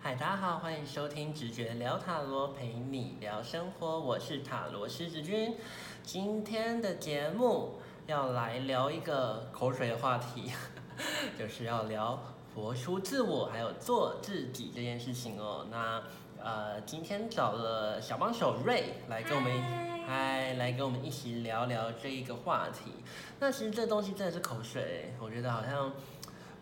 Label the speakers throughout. Speaker 1: 嗨，大家好，欢迎收听《直觉聊塔罗》，陪你聊生活，我是塔罗师子君。今天的节目要来聊一个口水的话题， 就是要聊活出自我，还有做自己这件事情哦。那呃，今天找了小帮手瑞来跟我们一起。嗨，来跟我们一起聊聊这一个话题。那其实这东西真的是口水，欸我觉得好像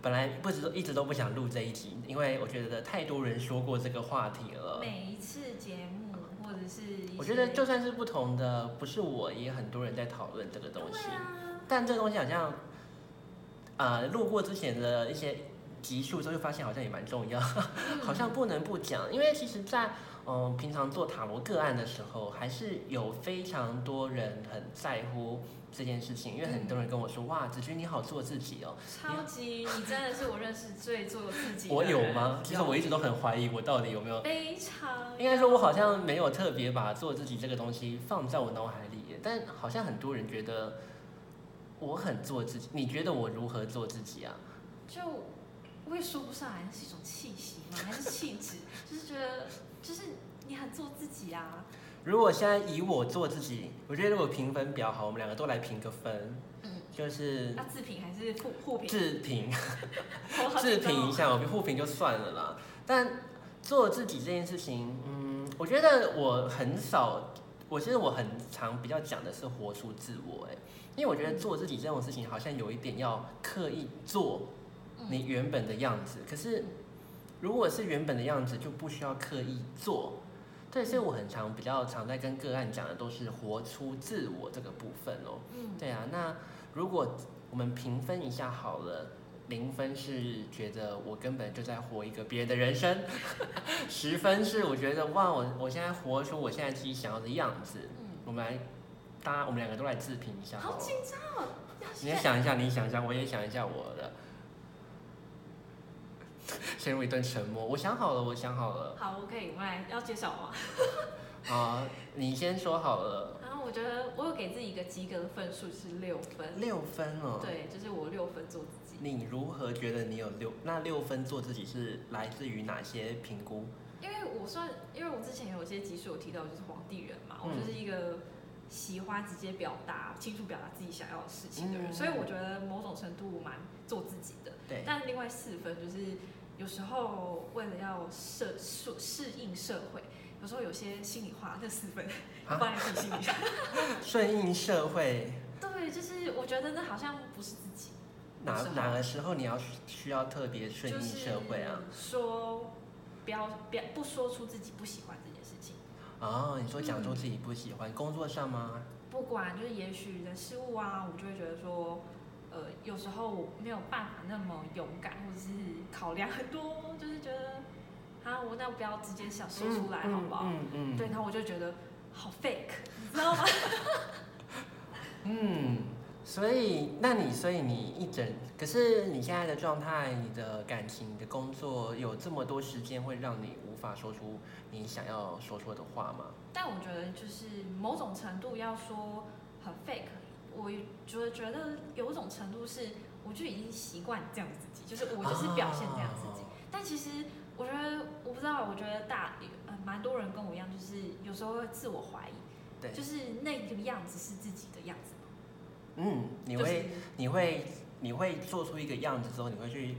Speaker 1: 本来不知一直都不想录这一集，因为我觉得太多人说过这个话题了。
Speaker 2: 每一次节目或者是一些
Speaker 1: 呃我觉得就算是不同的，不是我，也很多人在讨论这个东西。
Speaker 2: 对啊，
Speaker 1: 但这个东西好像，呃，路过之前的一些集数之后，就发现好像也蛮重要，
Speaker 2: 嗯
Speaker 1: 好像不能不讲。因为其实在，嗯平常做塔罗个案的时候，还是有非常多人很在乎这件事情，因为很
Speaker 2: 嗯
Speaker 1: 多人跟我说：“哇，子君你好做自己哦。
Speaker 2: 超级，你真的是我认识最做自”己的
Speaker 1: 我
Speaker 2: 人。嗯
Speaker 1: 有吗？其实我一直都很怀疑我到底有没有。
Speaker 2: 非常，
Speaker 1: 应该说，我好像没有特别把做自己这个东西放在我脑海里耶，但好像很多人觉得我很做自己。你觉得我如何做自己啊？
Speaker 2: 就我也说不上来，那是一种气息 吗？还是气质？就是觉得，就是你很做自己啊。
Speaker 1: 如果现在以我做自己，我觉得如果评分表好，我们两个都来评个分，
Speaker 2: 嗯
Speaker 1: 就是
Speaker 2: 那自评还是互互评？
Speaker 1: 自评
Speaker 2: 我好
Speaker 1: 自
Speaker 2: 紧张
Speaker 1: 评一
Speaker 2: 哦
Speaker 1: 下，我互评就算了啦。但做自己这件事情，嗯，我觉得我很少，我其实我很常比较讲的是活出自我、哎，因为我觉得做自己这种事情好像有一点要刻意做
Speaker 2: 嗯
Speaker 1: 你原本的样子，可是如果是原本的样子，就不需要刻意做。对，所以我很常比较常在跟个案讲的都是活出自我这个部分哦。
Speaker 2: 嗯，
Speaker 1: 对啊，那如果我们评分一下好了，零分是觉得我根本就在活一个别人的人生， 十分是我觉得哇，我我现在活出我现在自己想要的样子。
Speaker 2: 嗯，
Speaker 1: 我们来，大家我们两个都来自评一下好
Speaker 2: 好
Speaker 1: 了。
Speaker 2: 紧张哦。要
Speaker 1: 你也
Speaker 2: 现在
Speaker 1: 想一下，你想一下，我也想一下我的。陷入一顿沉默。我想好了，我想好了。
Speaker 2: 好，OK，我们来要揭晓哦吗？
Speaker 1: 啊，你先说好了。
Speaker 2: 然后我觉得我有给自己一个及格的分数，就是六分。
Speaker 1: 六分哦。。
Speaker 2: 对，就是我六分做自己。
Speaker 1: 你如何觉得你有六？那六分做自己是来自于哪些评估？
Speaker 2: 因为我算，因为我之前有些集数有提到，我就是皇帝人嘛，
Speaker 1: 嗯
Speaker 2: 我就是一个喜欢直接表达、清楚表达自己想要的事情的人，
Speaker 1: 嗯
Speaker 2: 所以我觉得某种程度蛮做自己的。
Speaker 1: 对，
Speaker 2: 但另外四分就是有时候为了要社适适应社会，有时候有些心里话，那四分
Speaker 1: 啊
Speaker 2: 放在自己心 里。
Speaker 1: 顺应社会
Speaker 2: 对，就是我觉得那好像不是自己，
Speaker 1: 哪
Speaker 2: 是吗啊
Speaker 1: 哪个时候你要需要特别顺
Speaker 2: 就
Speaker 1: 应
Speaker 2: 是
Speaker 1: 社会啊？
Speaker 2: 说不要不要不说出自己不喜欢这件事情。
Speaker 1: 哦，你说讲出自己不喜欢，
Speaker 2: 嗯
Speaker 1: 工作上吗？
Speaker 2: 不管就是也许人事物啊，我就会觉得说，呃，有时候我没有办法那么勇敢，或者是考量很多，就是觉得，啊，我那不要直接想说出来，好不好？
Speaker 1: 嗯嗯，
Speaker 2: 对，然后我就觉得好 fake，你知道吗？
Speaker 1: 嗯，所以那你所以你一整，可是你现在的状态、你的感情、你的工作，有这么多时间会让你无法说出你想要说出的话吗？
Speaker 2: 但我觉得就是某种程度要说很 fake，我觉得觉得有一种程度是，我就已经习惯这样自己，就是我就是表现这样自己。
Speaker 1: 哦
Speaker 2: 但其实我觉得，我不知道，我觉得大呃蛮多人跟我一样，就是有时候会自我怀疑，
Speaker 1: 对
Speaker 2: 就是那个样子是自己的样子吗？
Speaker 1: 嗯，你会、
Speaker 2: 就是
Speaker 1: 你会你会做出一个样子之后，你会去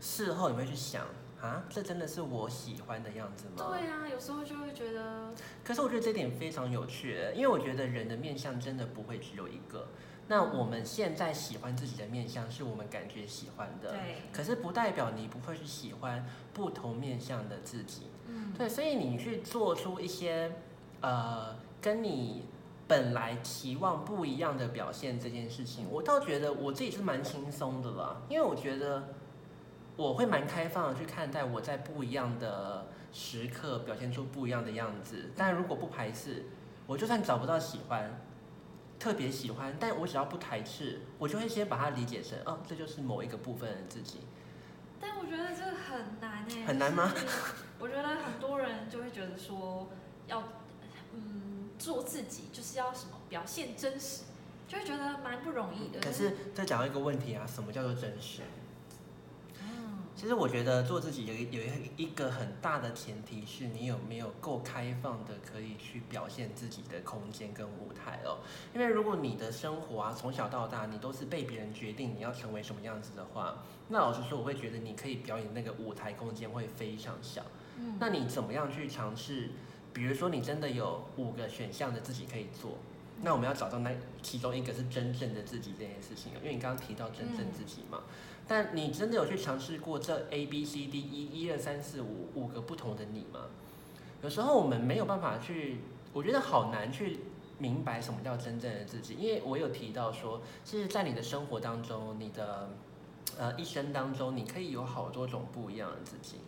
Speaker 1: 事后你会去想啊，这真的是我喜欢的样子吗？
Speaker 2: 对啊，有时候就会觉得，
Speaker 1: 可是我觉得这点非常有趣，因为我觉得人的面相真的不会只有一个。那我们现在喜欢自己的面相，是我们感觉喜欢的。
Speaker 2: 对，
Speaker 1: 可是不代表你不会去喜欢不同面向的自己。
Speaker 2: 嗯，
Speaker 1: 对，所以你去做出一些呃跟你本来期望不一样的表现这件事情，我倒觉得我自己是蛮轻松的啦，因为我觉得我会蛮开放的去看待我在不一样的时刻表现出不一样的样子，但如果不排斥，我就算找不到喜欢。特别喜欢，但我只要不排斥，我就会先把它理解成，哦，这就是某一个部分的自己。
Speaker 2: 但我觉得这很难哎、
Speaker 1: 很难吗？
Speaker 2: 我觉得很多人就会觉得说要，嗯，做自己就是要什么表现真实，就会觉得蛮不容易的。嗯
Speaker 1: 可是这讲到一个问题啊，什么叫做真实？
Speaker 2: 嗯，
Speaker 1: 其实我觉得做自己有一有一一个很大的前提是你有没有够开放的可以去表现自己的空间跟舞台哦。因为如果你的生活啊从小到大你都是被别人决定你要成为什么样子的话，那老实说我会觉得你可以表演那个舞台空间会非常小。
Speaker 2: 嗯，
Speaker 1: 那你怎么样去尝试？比如说，你真的有五个选项的自己可以做，那我们要找到那其中一个是真正的自己这件事情哦，因为你刚刚提到真正自己嘛。但你真的有去尝试过这 A B C D E 一二三四五五个不同的你吗？有时候我们没有办法去，我觉得好难去明白什么叫真正的自己，因为我有提到说，其实，在你的生活当中，你的呃一生当中，你可以有好多种不一样的自己。
Speaker 2: 嗯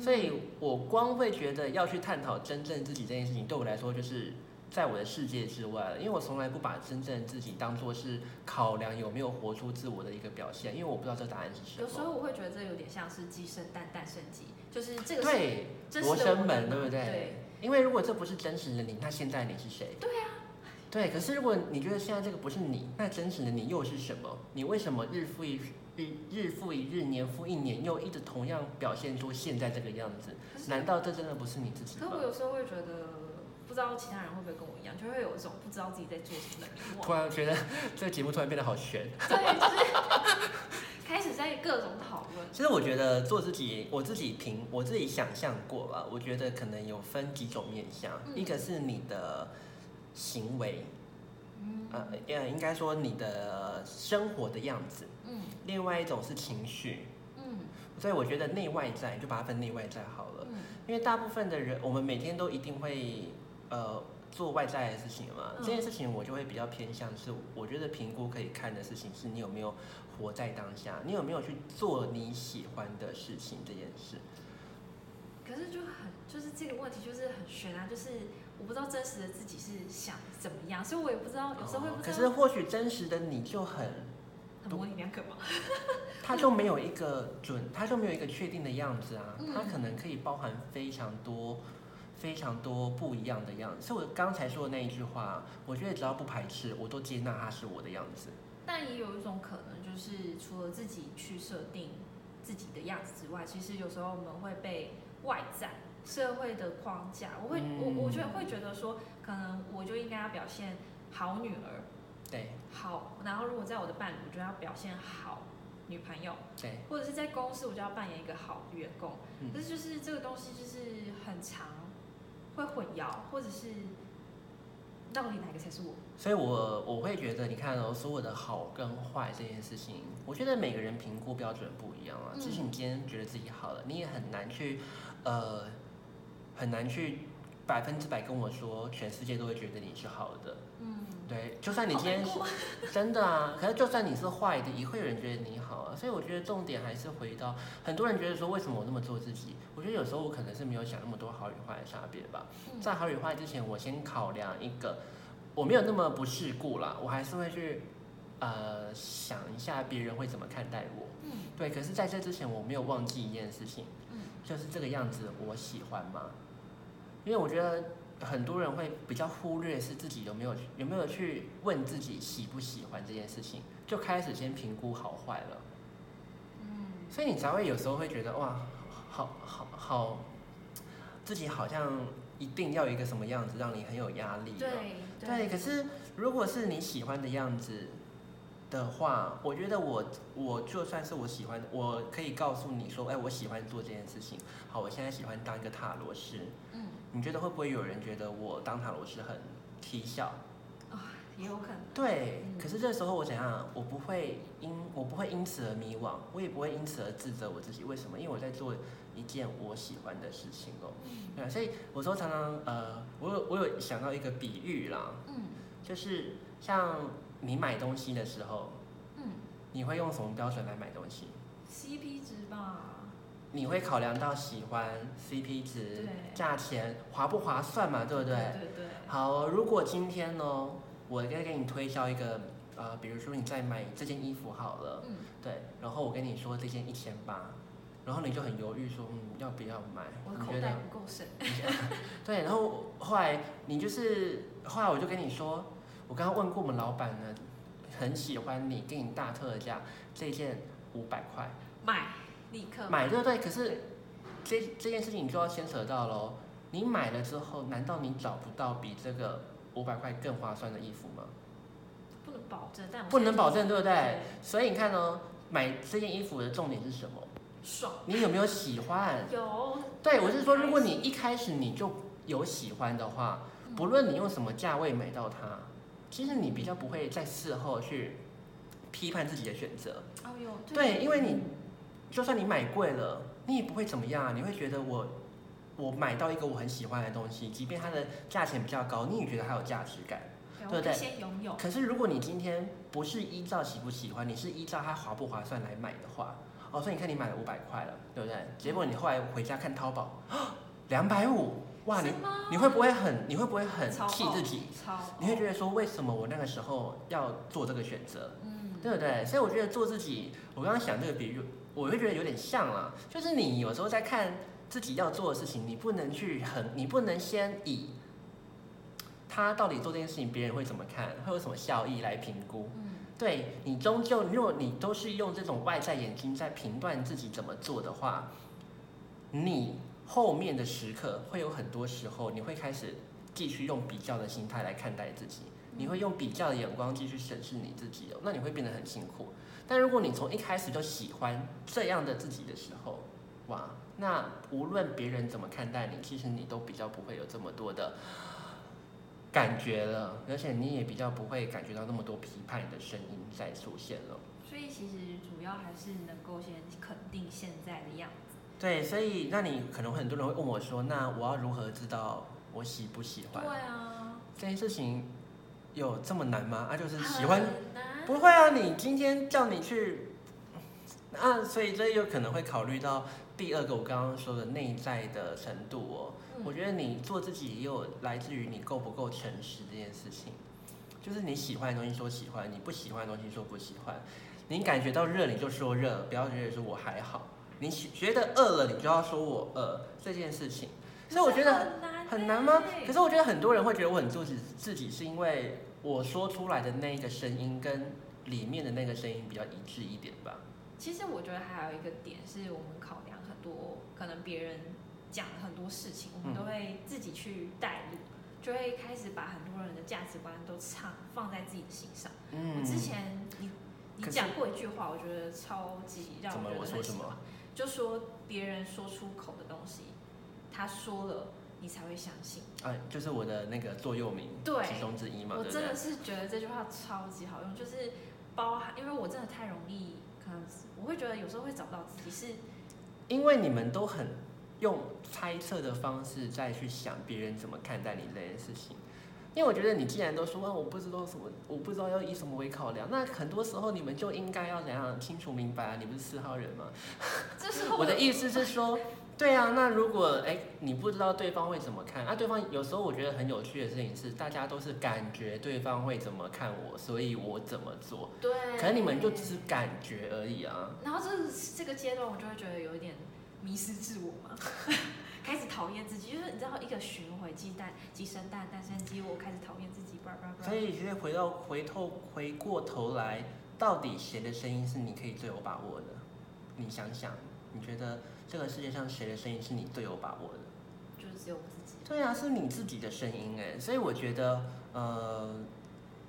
Speaker 1: 所以我光会觉得要去探讨真正自己这件事情，对我来说就是在我的世界之外了，因为我从来不把真正自己当做是考量有没有活出自我的一个表现，因为我不知道这答案是什
Speaker 2: 有时
Speaker 1: 么。
Speaker 2: 候我会觉得这有点像是鸡生蛋，蛋生鸡，就是这个是
Speaker 1: 对，
Speaker 2: 真
Speaker 1: 罗
Speaker 2: 实的
Speaker 1: 生
Speaker 2: 我
Speaker 1: 门
Speaker 2: 们
Speaker 1: 对
Speaker 2: 嘛
Speaker 1: 不对
Speaker 2: 对，
Speaker 1: 因为如果这不是真实的你，那现在你是谁？
Speaker 2: 对
Speaker 1: 啊。对，可是如果你觉得现在这个不是你，那真实的你又是什么？你为什么日复一日、日日复一日、年复一年，又一直同样表现出现在这个样子？
Speaker 2: 可是
Speaker 1: 难道这真的不是你自己
Speaker 2: 可
Speaker 1: 吗？
Speaker 2: 我有时候会觉得，不知道其他人会不会跟我一样，就会有一种不知道自己在做什么的迷
Speaker 1: 突
Speaker 2: 惘。
Speaker 1: 然觉得这个节目突然变得好悬。
Speaker 2: 对，就是 开始在各种讨论。
Speaker 1: 其实我觉得做自己，我自己评，我自己想象过吧。我觉得可能有分几种面向，
Speaker 2: 嗯
Speaker 1: 一个是你的行为，
Speaker 2: 嗯
Speaker 1: 呃，呃，应该说你的生活的样子；
Speaker 2: 嗯
Speaker 1: 另外一种是情绪。
Speaker 2: 嗯
Speaker 1: 所以我觉得内外在就把它分内外在好了，
Speaker 2: 嗯
Speaker 1: 因为大部分的人，我们每天都一定会呃做外在的事情嘛。
Speaker 2: 嗯
Speaker 1: 这件事情我就会比较偏向是，我觉得评估可以看的事情是你有没有活在当下，你有没有去做你喜欢的事情这件事。
Speaker 2: 可是就很就是这个问题就是很悬啊，就是我不知道真实的自己是想怎么样，所以我也不知道，有时候会
Speaker 1: 哦
Speaker 2: 不
Speaker 1: 可
Speaker 2: 知
Speaker 1: 是
Speaker 2: 道
Speaker 1: 或许真实的你就很，
Speaker 2: 很模棱两可嘛。
Speaker 1: 他就没有一个准，他就没有一个确定的样子啊，
Speaker 2: 嗯
Speaker 1: 他可能可以包含非常多。非常多不一样的样子，是我刚才说的那一句话。我觉得只要不排斥，我都接纳他是我的样子。
Speaker 2: 但也有一种可能，就是除了自己去设定自己的样子之外，其实有时候我们会被外在社会的框架，我会、
Speaker 1: 嗯
Speaker 2: 我我觉得会觉得说，可能我就应该要表现好女儿
Speaker 1: 对
Speaker 2: 好，然后如果在我的伴侣，我就要表现好女朋友，
Speaker 1: 对，
Speaker 2: 或者是在公司，我就要扮演一个好员工。
Speaker 1: 嗯
Speaker 2: 可是就是这个东西就是很长，会混淆，或者是到底哪个才是我？
Speaker 1: 所以我我会觉得，你看哦，所有的好跟坏这件事情，我觉得每个人评估标准不一样啊。
Speaker 2: 嗯
Speaker 1: 即使你今天觉得自己好了，你也很难去，呃，很难去百分之百跟我说全世界都会觉得你是好的。
Speaker 2: 嗯，
Speaker 1: 对，就算你今
Speaker 2: 好难
Speaker 1: 天
Speaker 2: 过
Speaker 1: 是真的啊，可是就算你是坏的，也会有人觉得你好啊。所以我觉得重点还是回到很多人觉得说，为什么我那么做自己？我觉得有时候我可能是没有想那么多好与坏的差别吧。
Speaker 2: 嗯
Speaker 1: 在好与坏之前，我先考量一个，我没有那么不世故啦，我还是会去呃想一下别人会怎么看待我。
Speaker 2: 嗯
Speaker 1: 对，可是在这之前，我没有忘记一件事情，
Speaker 2: 嗯
Speaker 1: 就是这个样子我喜欢吗？因为我觉得很多人会比较忽略是自己有没有有没有去问自己喜不喜欢这件事情，就开始先评估好坏了，
Speaker 2: 嗯。
Speaker 1: 所以你才会有时候会觉得哇，好好好，自己好像一定要有一个什么样子让你很有压力、哦。
Speaker 2: 对
Speaker 1: 对，可是如果是你喜欢的样子的话，我觉得我我就算是我喜欢，我可以告诉你说，哎，我喜欢做这件事情。好，我现在喜欢当一个塔罗师，
Speaker 2: 嗯，
Speaker 1: 你觉得会不会有人觉得我当塔罗师很踢笑？
Speaker 2: 也有可能。
Speaker 1: 对，
Speaker 2: 嗯
Speaker 1: 可是这时候我怎样？我不会因我不会因此而迷惘，我也不会因此而自责我自己。为什么？因为我在做一件我喜欢的事情哦。
Speaker 2: 嗯
Speaker 1: 对啊，所以我说常常呃，我有我有想到一个比喻啦，
Speaker 2: 嗯
Speaker 1: 就是像你买东西的时候，
Speaker 2: 嗯
Speaker 1: 你会用什么标准来买东西？
Speaker 2: ，CP 值吧，
Speaker 1: 你会考量到喜欢、CP 值、
Speaker 2: 对
Speaker 1: 价钱、划不划算嘛，对不对？
Speaker 2: 对对对，
Speaker 1: 好，如果今天呢，我再给你推销一个，呃，比如说你再买这件衣服好了，
Speaker 2: 嗯，
Speaker 1: 对，然后我跟你说这件一千八，然后你就很犹豫说，嗯，要不要买？
Speaker 2: 我的
Speaker 1: 你
Speaker 2: 口
Speaker 1: 觉
Speaker 2: 袋
Speaker 1: 得？
Speaker 2: 不够深。
Speaker 1: 对，然后后来你就是后来我就跟你说，我刚刚问过我们老板呢，很喜欢你，给你大特价，这件五百块，
Speaker 2: 买，立刻
Speaker 1: 买对不对？可是这这件事情就要牵扯到喽，你买了之后，难道你找不到比这个五百块更划算的衣服吗？
Speaker 2: 不能保证，但我
Speaker 1: 不能保证，对不对？
Speaker 2: 对
Speaker 1: 所以你看哦，买这件衣服的重点是什么？
Speaker 2: 爽
Speaker 1: 你有没有喜欢？
Speaker 2: 有哦
Speaker 1: 对我是说，如果你一开始你就有喜欢的话，
Speaker 2: 嗯
Speaker 1: 不论你用什么价位买到它，其实你比较不会在事后去批判自己的选择。
Speaker 2: 哦有
Speaker 1: 对，因为你就算你买贵了，你也不会怎么样啊，你会觉得我我买到一个我很喜欢的东西，即便它的价钱比较高，你也觉得它有价值感。
Speaker 2: 对
Speaker 1: 对不
Speaker 2: 我
Speaker 1: 对
Speaker 2: 就先拥有
Speaker 1: 可是如果你今天不是依照喜不喜欢，你是依照它划不划算来买的话，哦，所以你看你买了五百块了，对不对？结果你后来回家看淘宝， 两百五，哇，你
Speaker 2: 什么
Speaker 1: 你会不会很你会不会很
Speaker 2: 超
Speaker 1: 气
Speaker 2: 傲
Speaker 1: 自己？
Speaker 2: 超
Speaker 1: 你会
Speaker 2: 得
Speaker 1: 觉得说为什么我那个时候要做这个选择？
Speaker 2: 嗯
Speaker 1: 对不对？所以我觉得做自己，我刚刚想这个比喻，我会觉得有点像啦，就是你有时候在看自己要做的事情，你不能去很，你不能先以他到底做这件事情别人会怎么看，会有什么效益来评估。
Speaker 2: 嗯
Speaker 1: 对你终究，如果你都是用这种外在眼睛在评断自己怎么做的话，你后面的时刻会有很多时候，你会开始继续用比较的心态来看待自己，你会用比较的眼光继续审视你自己哦，那你会变得很辛苦。但如果你从一开始就喜欢这样的自己的时候，哇，那无论别人怎么看待你，其实你都比较不会有这么多的感觉了，而且你也比较不会感觉到那么多批判的声音在出现了。
Speaker 2: 所以其实主要还是能够先肯定现在的样子，
Speaker 1: 对，所以那你可能很多人会问我说，那我要如何知道我喜不喜欢
Speaker 2: 对啊，
Speaker 1: 这件事情？有这么难吗？啊，就是喜欢
Speaker 2: 很难
Speaker 1: 不会啊，你今天叫你去，啊，所以这有可能会考虑到第二个我刚刚说的内在的程度哦。
Speaker 2: 嗯
Speaker 1: 我觉得你做自己也有来自于你够不够诚实这件事情，就是你喜欢的东西说喜欢，你不喜欢的东西说不喜欢。你感觉到热你就说热，不要觉得说我还好。你喜觉得饿了，你就要说我饿这件事情。所以我觉得
Speaker 2: 嗯很难
Speaker 1: 很难吗？可
Speaker 2: 是
Speaker 1: 是我觉得很多人会觉得我很做自自己，是因为我说出来的那一个声音跟里面的那个声音比较一致一点吧。
Speaker 2: 其实我觉得还有一个点是我们考量很多可能别人讲很多事情，我
Speaker 1: 嗯
Speaker 2: 们都会自己去带入，就会开始把很多人的价值观都唱放在自己的心上。我
Speaker 1: 嗯，
Speaker 2: 之前你你
Speaker 1: 可是
Speaker 2: 讲过一句话，我觉得超级让
Speaker 1: 怎么
Speaker 2: 我觉
Speaker 1: 我
Speaker 2: 得
Speaker 1: 说
Speaker 2: 很
Speaker 1: 什
Speaker 2: 喜
Speaker 1: 么
Speaker 2: 欢，就说别人说出口的东西，他说了你才会相信。
Speaker 1: 啊，就是我的那个座右铭
Speaker 2: 对
Speaker 1: 其中之一嘛，
Speaker 2: 我
Speaker 1: 对不
Speaker 2: 真
Speaker 1: 对
Speaker 2: 的？是觉得这句话超级好用，就是包含，因为我真的太容易，可能我会觉得有时候会找不到自己是
Speaker 1: 因为你们都很用猜测的方式再去想别人怎么看待你这件事情。因为我觉得你既然都说，啊我不知道什么，我不知道要以什么为考量，那很多时候你们就应该要怎样清楚明白啊？你不是四号人吗？
Speaker 2: 这时候
Speaker 1: 我的意思是说，对啊，那如果哎、你不知道对方会怎么看，那、啊对方有时候我觉得很有趣的事情是，大家都是感觉对方会怎么看我，所以我怎么做，
Speaker 2: 对，
Speaker 1: 可能你们就只是感觉而已啊。
Speaker 2: 然后这个这个阶段，我就会觉得有一点迷失自我嘛， 开始讨厌自己，就是你知道一个循环鸡蛋鸡生蛋，蛋生鸡，我开始讨厌自己，叭叭叭。
Speaker 1: 所以其实回到回头回过头来，到底谁的声音是你可以最有把握的？你想想，你觉得这个世界上谁的声音是你最有把握的？
Speaker 2: 就是只有我自己。
Speaker 1: 对啊，是你自己的声音哎，所以我觉得，呃，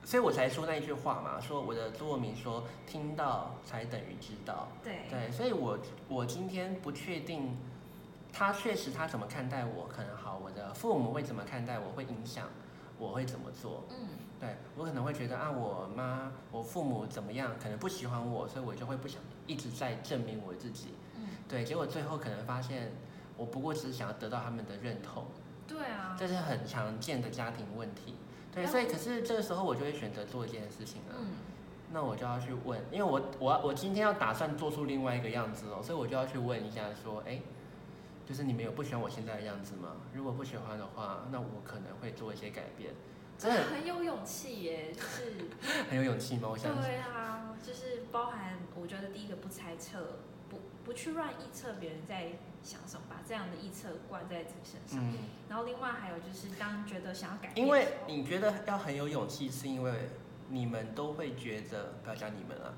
Speaker 1: 所以我才说那一句话嘛，说我的座右铭说，听到才等于知道。
Speaker 2: 啊对，
Speaker 1: 对，所以我我今天不确定，他确实他怎么看待我，可能好，我的父母会怎么看待我，会影响我会怎么做。
Speaker 2: 嗯，
Speaker 1: 对我可能会觉得啊，我妈、我父母怎么样，可能不喜欢我，所以我就会不想一直在证明我自己。
Speaker 2: 嗯，
Speaker 1: 对，结果最后可能发现，我不过只是想要得到他们的认同。
Speaker 2: 对啊，
Speaker 1: 这是很常见的家庭问题。对，
Speaker 2: 哎
Speaker 1: 所以
Speaker 2: 我
Speaker 1: 可是这个时候我就会选择做一件事情啊，
Speaker 2: 嗯，
Speaker 1: 那我就要去问，因为我我要我今天要打算做出另外一个样子哦，所以我就要去问一下说，哎，就是你们有不喜欢我现在的样子吗？如果不喜欢的话，那我可能会做一些改变。
Speaker 2: 这
Speaker 1: 真的
Speaker 2: 很有勇气 耶，就是。
Speaker 1: 很有勇气吗？我相信。
Speaker 2: 对啊，就是包含我觉得第一个不猜测，不不去乱臆测别人在想什么，把这样的臆测灌在自己身上。
Speaker 1: 嗯，
Speaker 2: 然后另外还有就是，当觉得想要改变
Speaker 1: 因
Speaker 2: 的
Speaker 1: 为
Speaker 2: 时候，
Speaker 1: 你觉得要很有勇气，是因为你们都会觉得，不要讲你们啊，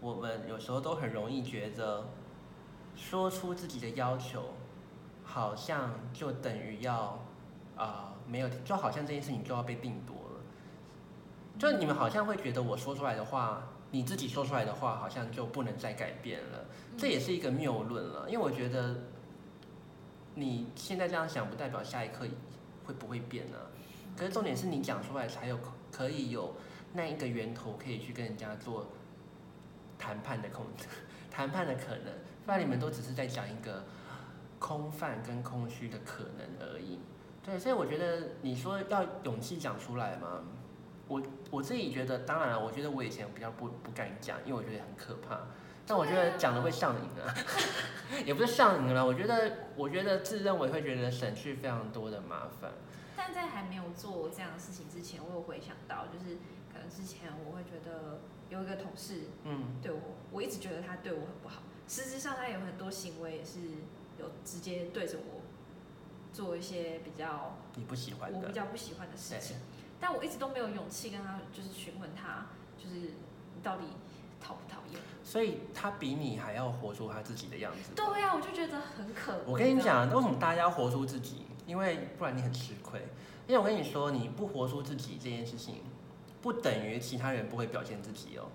Speaker 1: 我们有时候都很容易觉得说出自己的要求，好像就等于要啊、呃没有，就好像这件事情就要被定夺了。就你们好像会觉得我说出来的话，你自己说出来的话，好像就不能再改变了。
Speaker 2: 嗯
Speaker 1: 这也是一个谬论了，因为我觉得你现在这样想，不代表下一刻会不会变呢、啊可是重点是你讲出来才有可可以有那一个源头，可以去跟人家做谈判的空谈判的可能，不然你们都只是在讲一个空泛跟空虚的可能而已。对，所以我觉得你说要勇气讲出来嘛，我我自己觉得，当然了，我觉得我以前比较不不敢讲，因为我觉得很可怕。但我觉得讲了会上瘾啊， 也不是上瘾了，我觉得我觉得自认为会觉得省去非常多的麻烦。
Speaker 2: 但在还没有做这样的事情之前，我有回想到，就是可能之前我会觉得有一个同事
Speaker 1: 嗯
Speaker 2: 对我，我一直觉得他对我很不好，实质上他有很多行为也是有直接对着我做一些比较，
Speaker 1: 你不喜欢
Speaker 2: 我比
Speaker 1: 的，
Speaker 2: 较不喜欢的事情，但我一直都没有勇气跟他就是询问他，就是你到底讨不讨厌？
Speaker 1: 所以他比你还要活出他自己的样子。
Speaker 2: 对啊呀、我就觉得很可悲。
Speaker 1: 我跟你，讲，为什么大家要活出自己？因为不然你很吃亏。因为我跟你说，你不活出自己这件事情，不等于其他人不会表现自己哦。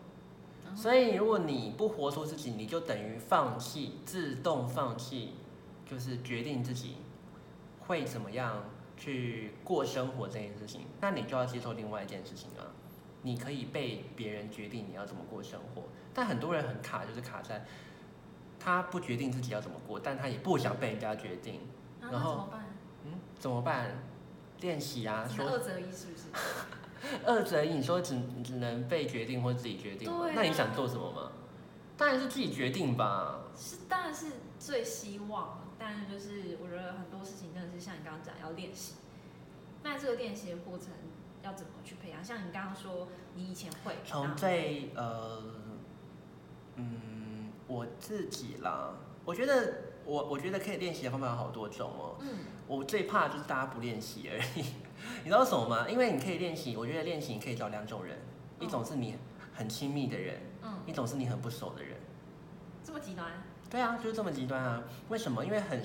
Speaker 2: 嗯
Speaker 1: 所以如果你不活出自己，你就等于放弃，自动放弃，就是决定自己会怎么样去过生活这件事情。那你就要接受另外一件事情啊，你可以被别人决定你要怎么过生活。但很多人很卡，就是卡在他不决定自己要怎么过，但他也不想被人家决定。
Speaker 2: 然
Speaker 1: 然
Speaker 2: 后
Speaker 1: 后
Speaker 2: 那怎么办？
Speaker 1: 嗯，怎么办？练习啊，
Speaker 2: 只
Speaker 1: 说
Speaker 2: 能二择一是不是？
Speaker 1: 二者你说只只能被决定或自己决定吗
Speaker 2: 对啊
Speaker 1: 那你想做什么吗？当然是自己决定吧。
Speaker 2: 是，当然是最希望，但是就是我觉得很多事情真的是像你刚刚讲，要练习。那这个练习的过程要怎么去培养？像你刚刚说，你以前会，然
Speaker 1: 从
Speaker 2: 后
Speaker 1: 最呃，嗯，我自己啦，我觉得我我觉得可以练习的方法有好多种哦。
Speaker 2: 嗯，
Speaker 1: 我最怕就是大家不练习而已。 你知道为什么吗？因为你可以练习，我觉得练习你可以找两种人，一种是你很亲密的人，
Speaker 2: 嗯，
Speaker 1: 一种是你很不熟的人。
Speaker 2: 这么极端，
Speaker 1: 对啊，就是这么极端啊！为什么？因为很，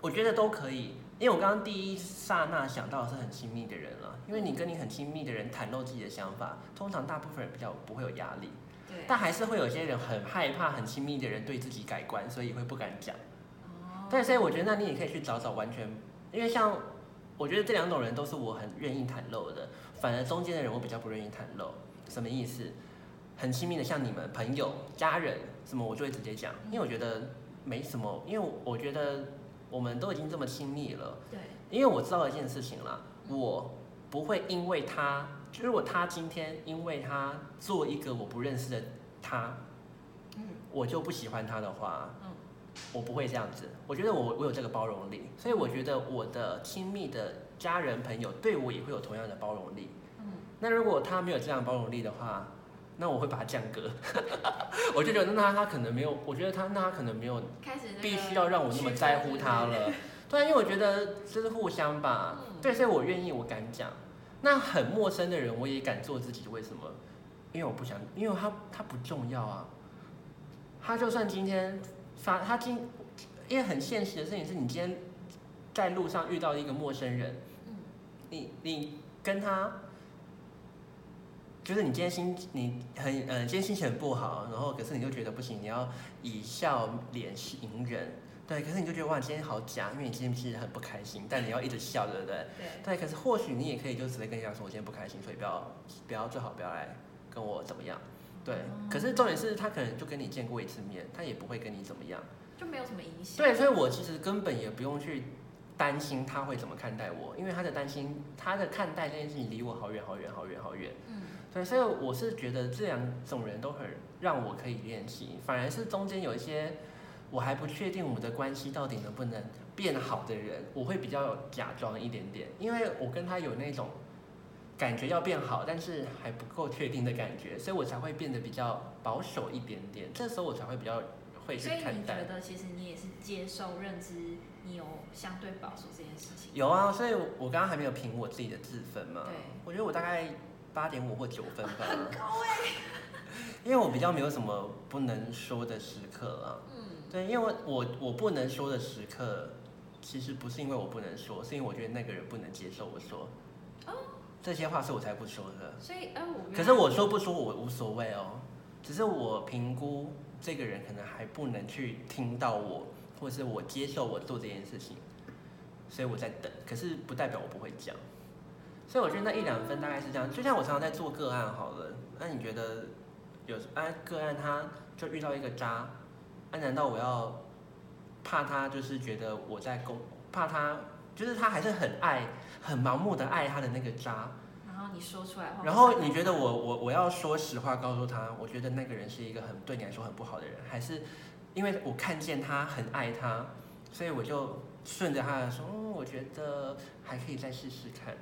Speaker 1: 我觉得都可以。因为我刚刚第一刹那想到的是很亲密的人了，因为你跟你很亲密的人袒露自己的想法，通常大部分人比较不会有压力，
Speaker 2: 对，
Speaker 1: 但还是会有些人很害怕很亲密的人对自己改观，所以会不敢讲。
Speaker 2: 哦，
Speaker 1: 对，所以我觉得那你也可以去找找完全，因为像我觉得这两种人都是我很愿意袒露的，反而中间的人我比较不愿意袒露。什么意思？很亲密的，像你们朋友、家人什么，我就会直接讲，因为我觉得没什么，因为我我觉得我们都已经这么亲密了，
Speaker 2: 对，
Speaker 1: 因为我知道一件事情啦，我不会因为他，就如果他今天因为他做一个我不认识的他，
Speaker 2: 嗯，
Speaker 1: 我就不喜欢他的话，
Speaker 2: 嗯
Speaker 1: 我不会这样子。我觉得我我有这个包容力，所以我觉得我的亲密的家人朋友对我也会有同样的包容力。
Speaker 2: 嗯，
Speaker 1: 那如果他没有这样包容力的话，那我会把他降格。 我就觉得那他可能没有，我觉得他那他可能没有
Speaker 2: 开始那个
Speaker 1: 必须要让我那么在乎他
Speaker 2: 区分，
Speaker 1: 了。对，啊因为我觉得这是互相吧。
Speaker 2: 嗯
Speaker 1: 对，所以我愿意，我敢讲。那很陌生的人，我也敢做自己。为什么？因为我不想，因为他他不重要啊。他就算今天发，他今因为很现实的事情是你今天在路上遇到一个陌生人，
Speaker 2: 嗯
Speaker 1: 你你跟他，就是你今天心你很呃今天心情很不好，然后可是你就觉得不行，你要以笑脸迎人，对，可是你就觉得哇今天好假，因为你今天其实很不开心，但你要一直笑，对不对？
Speaker 2: 对，
Speaker 1: 对，可是或许你也可以就直接跟人家说，我今天不开心，所以不要不要最好不要来跟我怎么样。对，
Speaker 2: 哦
Speaker 1: 可是重点是他可能就跟你见过一次面，他也不会跟你怎么样。
Speaker 2: 就没有什么影响，
Speaker 1: 对，所以我其实根本也不用去担心他会怎么看待我，因为他的担心，他的看待这件事情离我好远好远好远好远。
Speaker 2: 嗯，
Speaker 1: 对，所以我是觉得这两种人都很让我可以练习，反而是中间有一些我还不确定我们的关系到底能不能变好的人，我会比较假装一点点，因为我跟他有那种感觉要变好，但是还不够确定的感觉，所以我才会变得比较保守一点点，这时候我才会比较会去
Speaker 2: 所以
Speaker 1: 看
Speaker 2: 你
Speaker 1: 待
Speaker 2: 觉。得其实你也是接受认知，你有相对保守这件事情，
Speaker 1: 有啊，所以我我刚刚还没有评我自己的自分嘛
Speaker 2: 对，
Speaker 1: 我觉得我大概八点五或九分吧，
Speaker 2: 高哎，
Speaker 1: 因为我比较没有什么不能说的时刻啊。
Speaker 2: 嗯，
Speaker 1: 对，因为我我不能说的时刻，其实不是因为我不能说，是因为我觉得那个人不能接受我说。这些话是我才不说的。
Speaker 2: 所以，哎、我原来
Speaker 1: 可是我说不说我无所谓哦，只是我评估这个人可能还不能去听到我，或是我接受我做这件事情，所以我在等。可是不代表我不会讲，所以我觉得那一两分大概是这样。就像我常常在做个案好了，那、你觉得有啊个案他就遇到一个渣，那、难道我要怕他就是觉得我在攻，怕他就是他还是很爱很盲目的爱他的那个渣，
Speaker 2: 然后你说出来的话，
Speaker 1: 然后你觉得我我我要说实话告诉他，我觉得那个人是一个很对你来说很不好的人，还是因为我看见他很爱他，所以我就顺着他的说，嗯，我觉得还可以再试试看。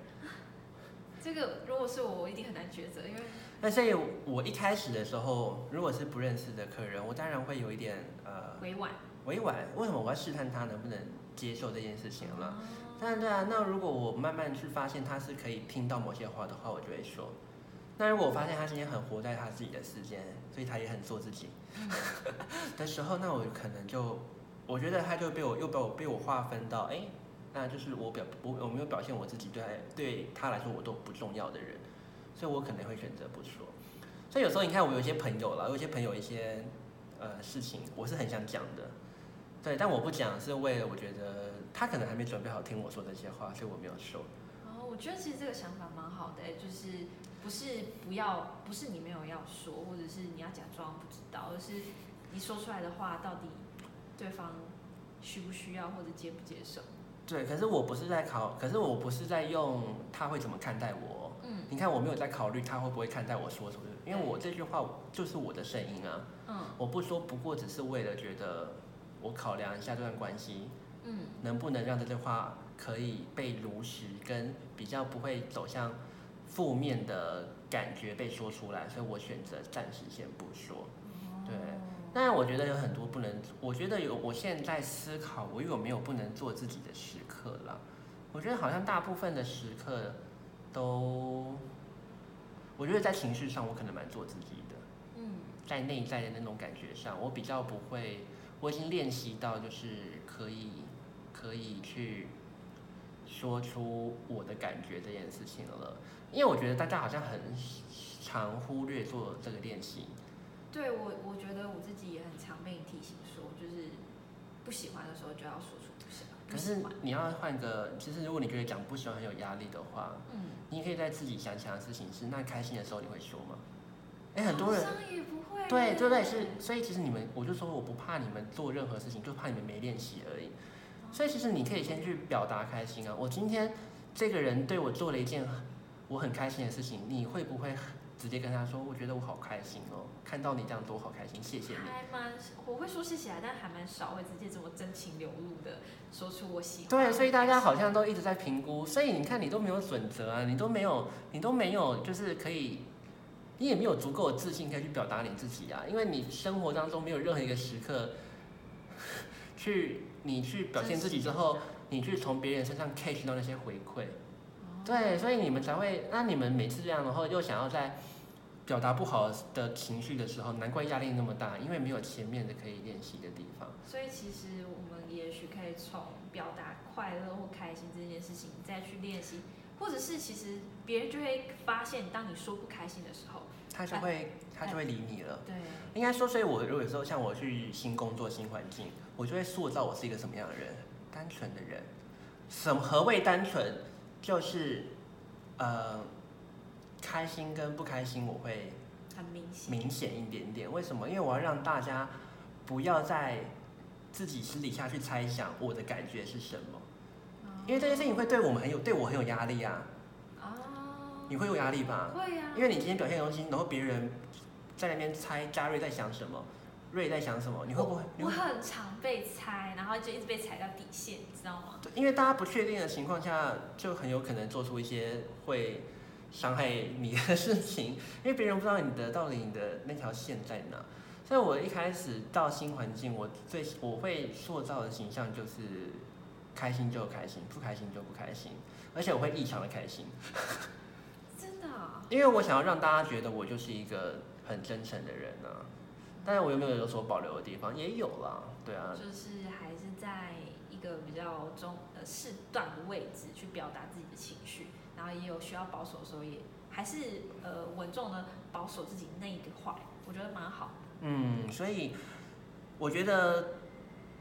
Speaker 2: 这个如果是我，我一定很难抉择，因为
Speaker 1: 那所以我一开始的时候，如果是不认识的客人，我当然会有一点呃
Speaker 2: 委婉。
Speaker 1: 委婉，为什么我要试探他能不能接受这件事情了？
Speaker 2: 嗯
Speaker 1: 当然对啊，那如果我慢慢去发现他是可以听到某些话的话，我就会说。那如果我发现他今天很活在他自己的世界，所以他也很做自己的时候，那我可能就，我觉得他就被我又被我被我划分到，哎，那就是我表我我没有表现我自己对他对他来说我都不重要的人，所以我可能会选择不说。所以有时候你看我有一些朋友啦，我有一些朋友一些呃事情，我是很想讲的，对，但我不讲是为了我觉得他可能还没准备好听我说这些话，所以我没有说。
Speaker 2: 然后我觉得其实这个想法蛮好的、欸就是不是不要，不是你没有要说，或者是你要假装不知道，而是你说出来的话到底对方需不需要或者接不接受。
Speaker 1: 对，可是我不是在考，可是我不是在用他会怎么看待我。
Speaker 2: 嗯
Speaker 1: 你看，我没有在考虑他会不会看待我说什么，因为我这句话就是我的声音啊，
Speaker 2: 嗯
Speaker 1: 我不说，不过只是为了觉得我考量一下这段关系
Speaker 2: 嗯
Speaker 1: 能不能让这句话可以被如实，跟比较不会走向负面的感觉被说出来，所以我选择暂时先不说。对
Speaker 2: 哦
Speaker 1: 但我觉得有很多不能，我觉得有，我现在思考我有没有不能做自己的时刻啦。我觉得好像大部分的时刻都，我觉得在情绪上我可能蛮做自己的，
Speaker 2: 嗯
Speaker 1: 在内在的那种感觉上，我比较不会，我已经练习到就是可以可以去说出我的感觉这件事情了，因为我觉得大家好像很常忽略做这个练习。
Speaker 2: 对我我觉得我自己也很常被你提醒说，就是不喜欢的时候就要说出不喜欢，
Speaker 1: 可
Speaker 2: 不
Speaker 1: 是
Speaker 2: 喜欢。
Speaker 1: 你要换个，其实如果你觉得讲不喜欢很有压力的话，
Speaker 2: 嗯，
Speaker 1: 你可以在自己想想的事情是，那开心的时候你会说吗？哎、很多人
Speaker 2: 好像也不会。
Speaker 1: 对对对是，所以其实你们，我就说我不怕你们做任何事情，就怕你们没练习而已。所以其实你可以先去表达开心啊，我今天这个人对我做了一件我很开心的事情，你会不会直接跟他说，我觉得我好开心哦，看到你这样多好开心，谢谢你。
Speaker 2: 还蛮，我会说谢谢啊，但还蛮少会直接这么真情流露的说出我喜欢。
Speaker 1: 对，所以大家好像都一直在评估，所以你看你都没有准则啊，你都没有，你都没有，就是可以，你也没有足够的自信可以去表达你自己啊，因为你生活当中没有任何一个时刻，去你去表现自己之后，你去从别人身上 catch 到那些回馈，
Speaker 2: 哦，
Speaker 1: 对，所以你们才会，那你们每次这样，然后又想要在表达不好的情绪的时候，难怪压力那么大，因为没有前面的可以练习的地方。
Speaker 2: 所以其实我们也许可以从表达快乐或开心这件事情再去练习，或者是其实别人就会发现，当你说不开心的时候，
Speaker 1: 他就会，他就会理你了。
Speaker 2: 对，
Speaker 1: 应该说，所以我如果有时候像我去新工作、新环境，我就会塑造我是一个什么样的人，单纯的人。什么何谓单纯？就是，呃，开心跟不开心我会
Speaker 2: 很明显，
Speaker 1: 明显一点点。为什么？因为我要让大家不要在自己私底下去猜想我的感觉是什么，因为这件事情会对我们很有对我很有压力啊。
Speaker 2: 啊，
Speaker 1: 你会有压力吧？
Speaker 2: 会啊，
Speaker 1: 因为你今天表现的东西，然后别人在那边猜嘉瑞在想什么，瑞在想什么，你会不会？你
Speaker 2: 我
Speaker 1: 会
Speaker 2: 很常被猜，然后就一直被踩到底线，你知道吗？
Speaker 1: 对因为大家不确定的情况下，就很有可能做出一些会伤害你的 事情，因为别人不知道你的到底你的那条线在哪。所以我一开始到新环境，我最我会塑造的形象就是开心就开心，不开心就不开心，而且我会异常的开心。
Speaker 2: 真的啊、
Speaker 1: 因为我想要让大家觉得我就是一个很真诚的人啊，但我有没有有所保留的地方？也有啦，对啊，
Speaker 2: 就是还是在一个比较中呃适当的位置去表达自己的情绪，然后也有需要保守的时候也，还是呃稳重的保守自己那一个块，我觉得蛮好。
Speaker 1: 嗯，所以我觉得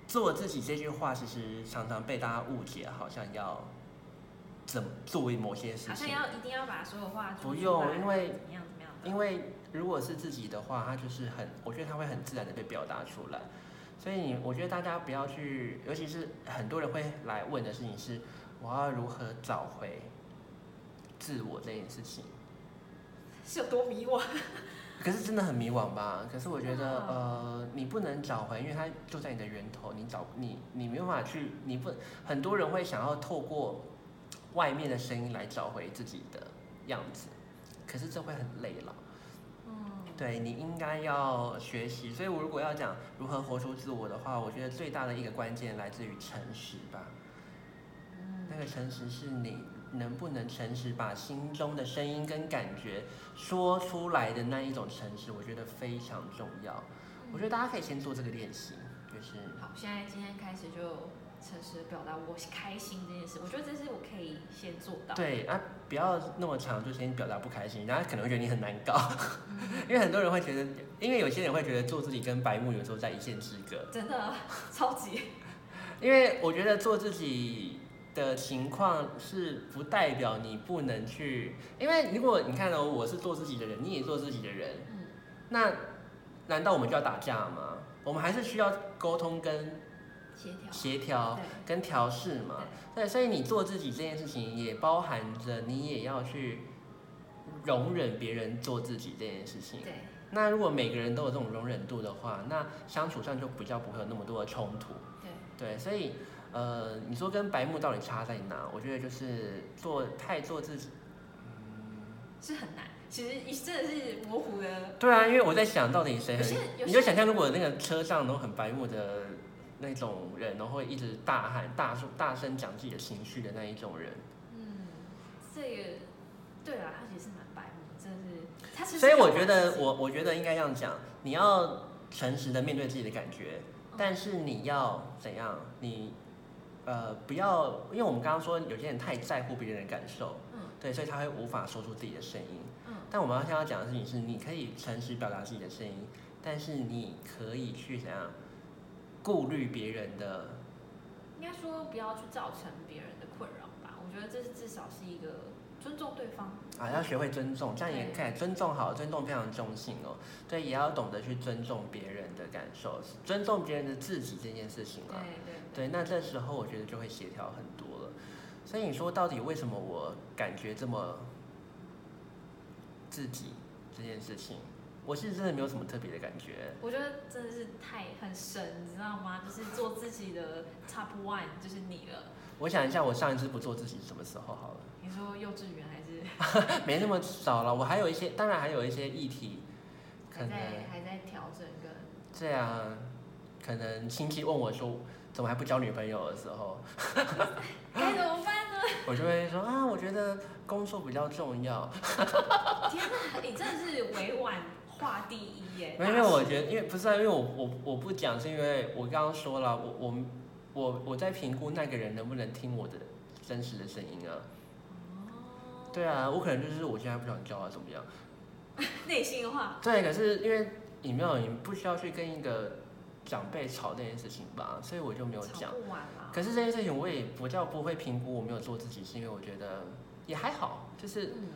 Speaker 1: 做自己这句话，其实常常被大家误解，好像要怎么做某些事
Speaker 2: 好像
Speaker 1: 情。
Speaker 2: 要一定要把所有话
Speaker 1: 不
Speaker 2: 说出
Speaker 1: 用
Speaker 2: 来，
Speaker 1: 因为
Speaker 2: 怎么样怎么样的，
Speaker 1: 因为如果是自己的话，它就是很，我觉得它会很自然的被表达出来。所以你，我觉得大家不要去，尤其是很多人会来问的事情是，我要如何找回自我这件事情。
Speaker 2: 是有多迷惘？
Speaker 1: 可是真的很迷惘吧？可是我觉得，
Speaker 2: 真的
Speaker 1: 呃，你不能找回，因为它就在你的源头，你找你你没办法去，你不很多人会想要透过外面的声音来找回自己的样子，可是这会很累了。
Speaker 2: 嗯，
Speaker 1: 对你应该要学习，所以我如果要讲如何活出自我的话，我觉得最大的一个关键来自于诚实吧。
Speaker 2: 嗯
Speaker 1: 那个诚实是你能不能诚实把心中的声音跟感觉说出来的那一种诚实，我觉得非常重要。我觉得大家可以先做这个练习，就是
Speaker 2: 嗯好，现在今天开始就诚实的表达我开心这件事，我觉得这是我可以先做到。，
Speaker 1: 对啊，不要那么长就先表达不开心，人家可能会觉得你很难搞，
Speaker 2: 嗯
Speaker 1: 因为很多人会觉得，因为有些人会觉得做自己跟白目有时候在一线之隔，
Speaker 2: 真的啊超级
Speaker 1: 因为我觉得做自己的情况是不代表你不能去，因为如果你看哦，我是做自己的人，你也做自己的人，
Speaker 2: 嗯
Speaker 1: 那难道我们就要打架吗？我们还是需要沟通跟
Speaker 2: 协调。
Speaker 1: 协调
Speaker 2: 对
Speaker 1: 跟调试嘛。对，所以你做自己这件事情，也包含着你也要去容忍别人做自己这件事情。
Speaker 2: 对，
Speaker 1: 那如果每个人都有这种容忍度的话，那相处上就比较不会有那么多的冲突。
Speaker 2: 对，
Speaker 1: 对，所以呃，你说跟白目到底差在哪？我觉得就是做太做自己。
Speaker 2: 是很难。其实一真的是模糊的，
Speaker 1: 对啊，因为我在想到底谁
Speaker 2: 有些
Speaker 1: 很，
Speaker 2: 有
Speaker 1: 你就
Speaker 2: 些
Speaker 1: 想象如果那个车上都很白目的那种人，然后会一直大喊、大声、大声讲自己的情绪的那一种人，
Speaker 2: 嗯，这个对啦，他其实蛮白目，真的是他其实。
Speaker 1: 所以我觉得我我觉得应该这样讲，你要诚实的面对自己的感觉，但是你要怎样？你呃不要，因为我们刚刚说有些人太在乎别人的感受，
Speaker 2: 嗯
Speaker 1: 对，所以他会无法说出自己的声音。
Speaker 2: 嗯
Speaker 1: 但我们要先要讲的事情是，你可以诚实表达自己的声音，但是你可以去怎样顾虑别人的，
Speaker 2: 应该说不要去造成别人的困扰吧。我觉得这是至少是一个尊重对方。
Speaker 1: 啊，要学会尊重，这样也
Speaker 2: 对
Speaker 1: 可以尊重好，尊重非常中性哦。对，也要懂得去尊重别人的感受，尊重别人的自己这件事情
Speaker 2: 对
Speaker 1: 啊。
Speaker 2: 对
Speaker 1: 对，那这时候我觉得就会协调很多了。所以你说到底为什么我感觉这么自己这件事情，我是真的没有什么特别的感觉。
Speaker 2: 我觉得真的是太很神，你知道吗？就是做自己的 top one 就是你了。
Speaker 1: 我想一下，我上一次不做自己是什么时候好了？
Speaker 2: 你说幼稚园还是
Speaker 1: 没那么少了，我还有一些，当然还有一些议题，可
Speaker 2: 还
Speaker 1: 能
Speaker 2: 在还在调整跟
Speaker 1: 这样，可能亲戚问我说怎么还不交女朋友的时候，
Speaker 2: 该怎么办呢？
Speaker 1: 我就会说啊，我觉得工作比较重要。
Speaker 2: 天哪，你真的是委婉话第一耶！
Speaker 1: 没有，因为我觉得，因为不是啊，因为我我我不讲，是因为我刚刚说了，我我我我在评估那个人能不能听我的真实的声音啊。
Speaker 2: 哦，
Speaker 1: 对啊，我可能就是我现在不想交啊，怎么样？
Speaker 2: 内心的话，
Speaker 1: 对，啊可是因为你没有，你不需要去跟一个长辈吵这件事情吧，所以我就没有
Speaker 2: 吵
Speaker 1: 讲。
Speaker 2: 不完啊啦。
Speaker 1: 可是这件事情我也不叫不会评估，我没有做自己，是因为我觉得也还好，就是
Speaker 2: 嗯，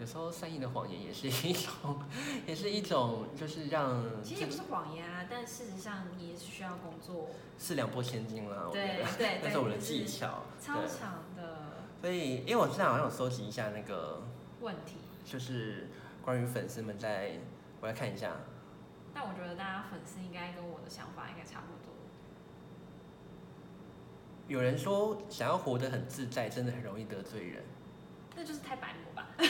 Speaker 1: 有时候善意的谎言也是一种， 也是一种，就是让
Speaker 2: 其实也不是谎言啊，但事实上你也是需要工作，
Speaker 1: 四两拨千斤啦，我觉
Speaker 2: 对
Speaker 1: 得。
Speaker 2: 对
Speaker 1: 那
Speaker 2: 对，
Speaker 1: 哦是我的
Speaker 2: 就是
Speaker 1: 技巧，
Speaker 2: 超
Speaker 1: 对，
Speaker 2: 强的
Speaker 1: 所以因为我之前好像有搜集一下那个，
Speaker 2: 问题。
Speaker 1: 就是关于粉丝们在，我来看一下，
Speaker 2: 但我觉得大家粉丝应该跟我的想法应该差不多。
Speaker 1: 有人说想要活得很自在，真的很容易得罪人，
Speaker 2: 那就是太白目吧？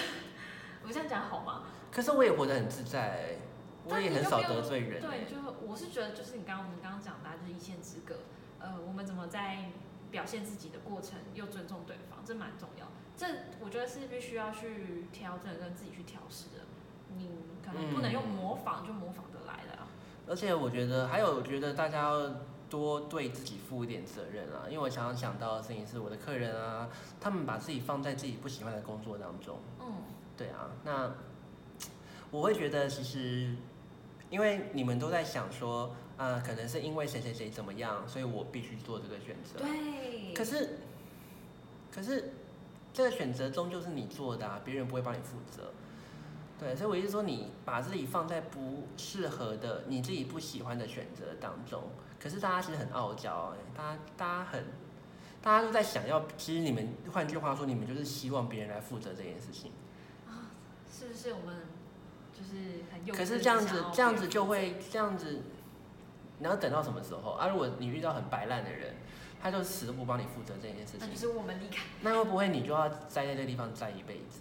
Speaker 2: 我这样讲好吗？
Speaker 1: 可是我也活得很自在欸、我
Speaker 2: 但
Speaker 1: 也
Speaker 2: 你
Speaker 1: 很
Speaker 2: 就
Speaker 1: 少
Speaker 2: 没有
Speaker 1: 得罪人欸、
Speaker 2: 对，就是我是觉得，就是你刚刚我们刚刚讲的啊、就是一线之隔。呃，我们怎么在表现自己的过程又尊重对方，这蛮重要。这我觉得是必须要去调整跟自己去调试的。你可能不能用
Speaker 1: 嗯
Speaker 2: 模仿就模仿得来的啊、
Speaker 1: 而且我觉得还有，我觉得大家要多对自己负一点责任啊，因为我常常想到的事情是我的客人啊，他们把自己放在自己不喜欢的工作当中，
Speaker 2: 嗯，
Speaker 1: 对啊，那我会觉得其实，因为你们都在想说，啊、可能是因为谁谁谁怎么样，所以我必须做这个选择。
Speaker 2: 对，
Speaker 1: 啊可是，可是这个选择终究是你做的啊，别人不会帮你负责。对，所以我一直说，你把自己放在不适合的、你自己不喜欢的选择当中。可是大家其实很傲娇、欸，大家大家很，大家都在想要，其实你们换句话说，你们就是希望别人来负责这件事情。
Speaker 2: 啊，是不是我们就是很有？
Speaker 1: 可是这样子，这样子就会这样子，你要等到什么时候啊？如果你遇到很白烂的人，他就死都不帮你负责这件事
Speaker 2: 那就
Speaker 1: 情，
Speaker 2: 是我们离开，
Speaker 1: 那会不会你就要待在这个地方待一辈子？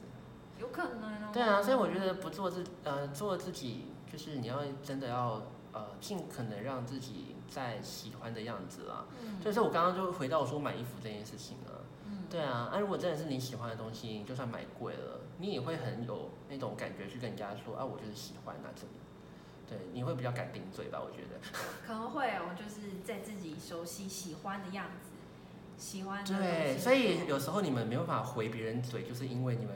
Speaker 2: 有可能哦。
Speaker 1: 对啊，所以我觉得不做自呃做自己，就是你要真的要呃尽可能让自己在喜欢的样子啊。
Speaker 2: 嗯，
Speaker 1: 所以说我刚刚就回到我说买衣服这件事情啊，
Speaker 2: 嗯，
Speaker 1: 对啊，那、如果真的是你喜欢的东西，你就算买贵了，你也会很有那种感觉去跟人家说啊，我就是喜欢啊，怎么？对，你会比较敢顶嘴吧？我觉得，
Speaker 2: 可能会哦，就是在自己熟悉、喜欢的样子，喜欢的
Speaker 1: 对，
Speaker 2: 东西
Speaker 1: 所以有时候你们没有办法回别人嘴，就是因为你们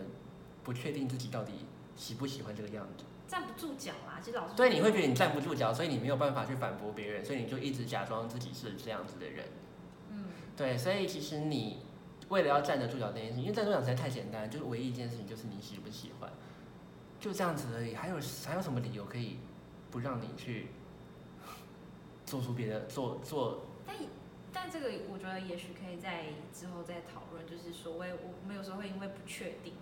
Speaker 1: 不确定自己到底喜不喜欢这个样子。
Speaker 2: 站不住脚啦。其实老师
Speaker 1: 对，你会觉得你站不住脚，所以你没有办法去反驳别人，所以你就一直假装自己是这样子的人。
Speaker 2: 嗯，
Speaker 1: 对，所以其实你为了要站得住脚这件事情，因为站得住脚实在太简单，就是唯一一件事情就是你喜不喜欢，就这样子而已。还有还有什么理由可以不让你去做出别的做做？
Speaker 2: 但但这个我觉得也许可以在之后再讨论，就是所谓我们有时候会因为不确定，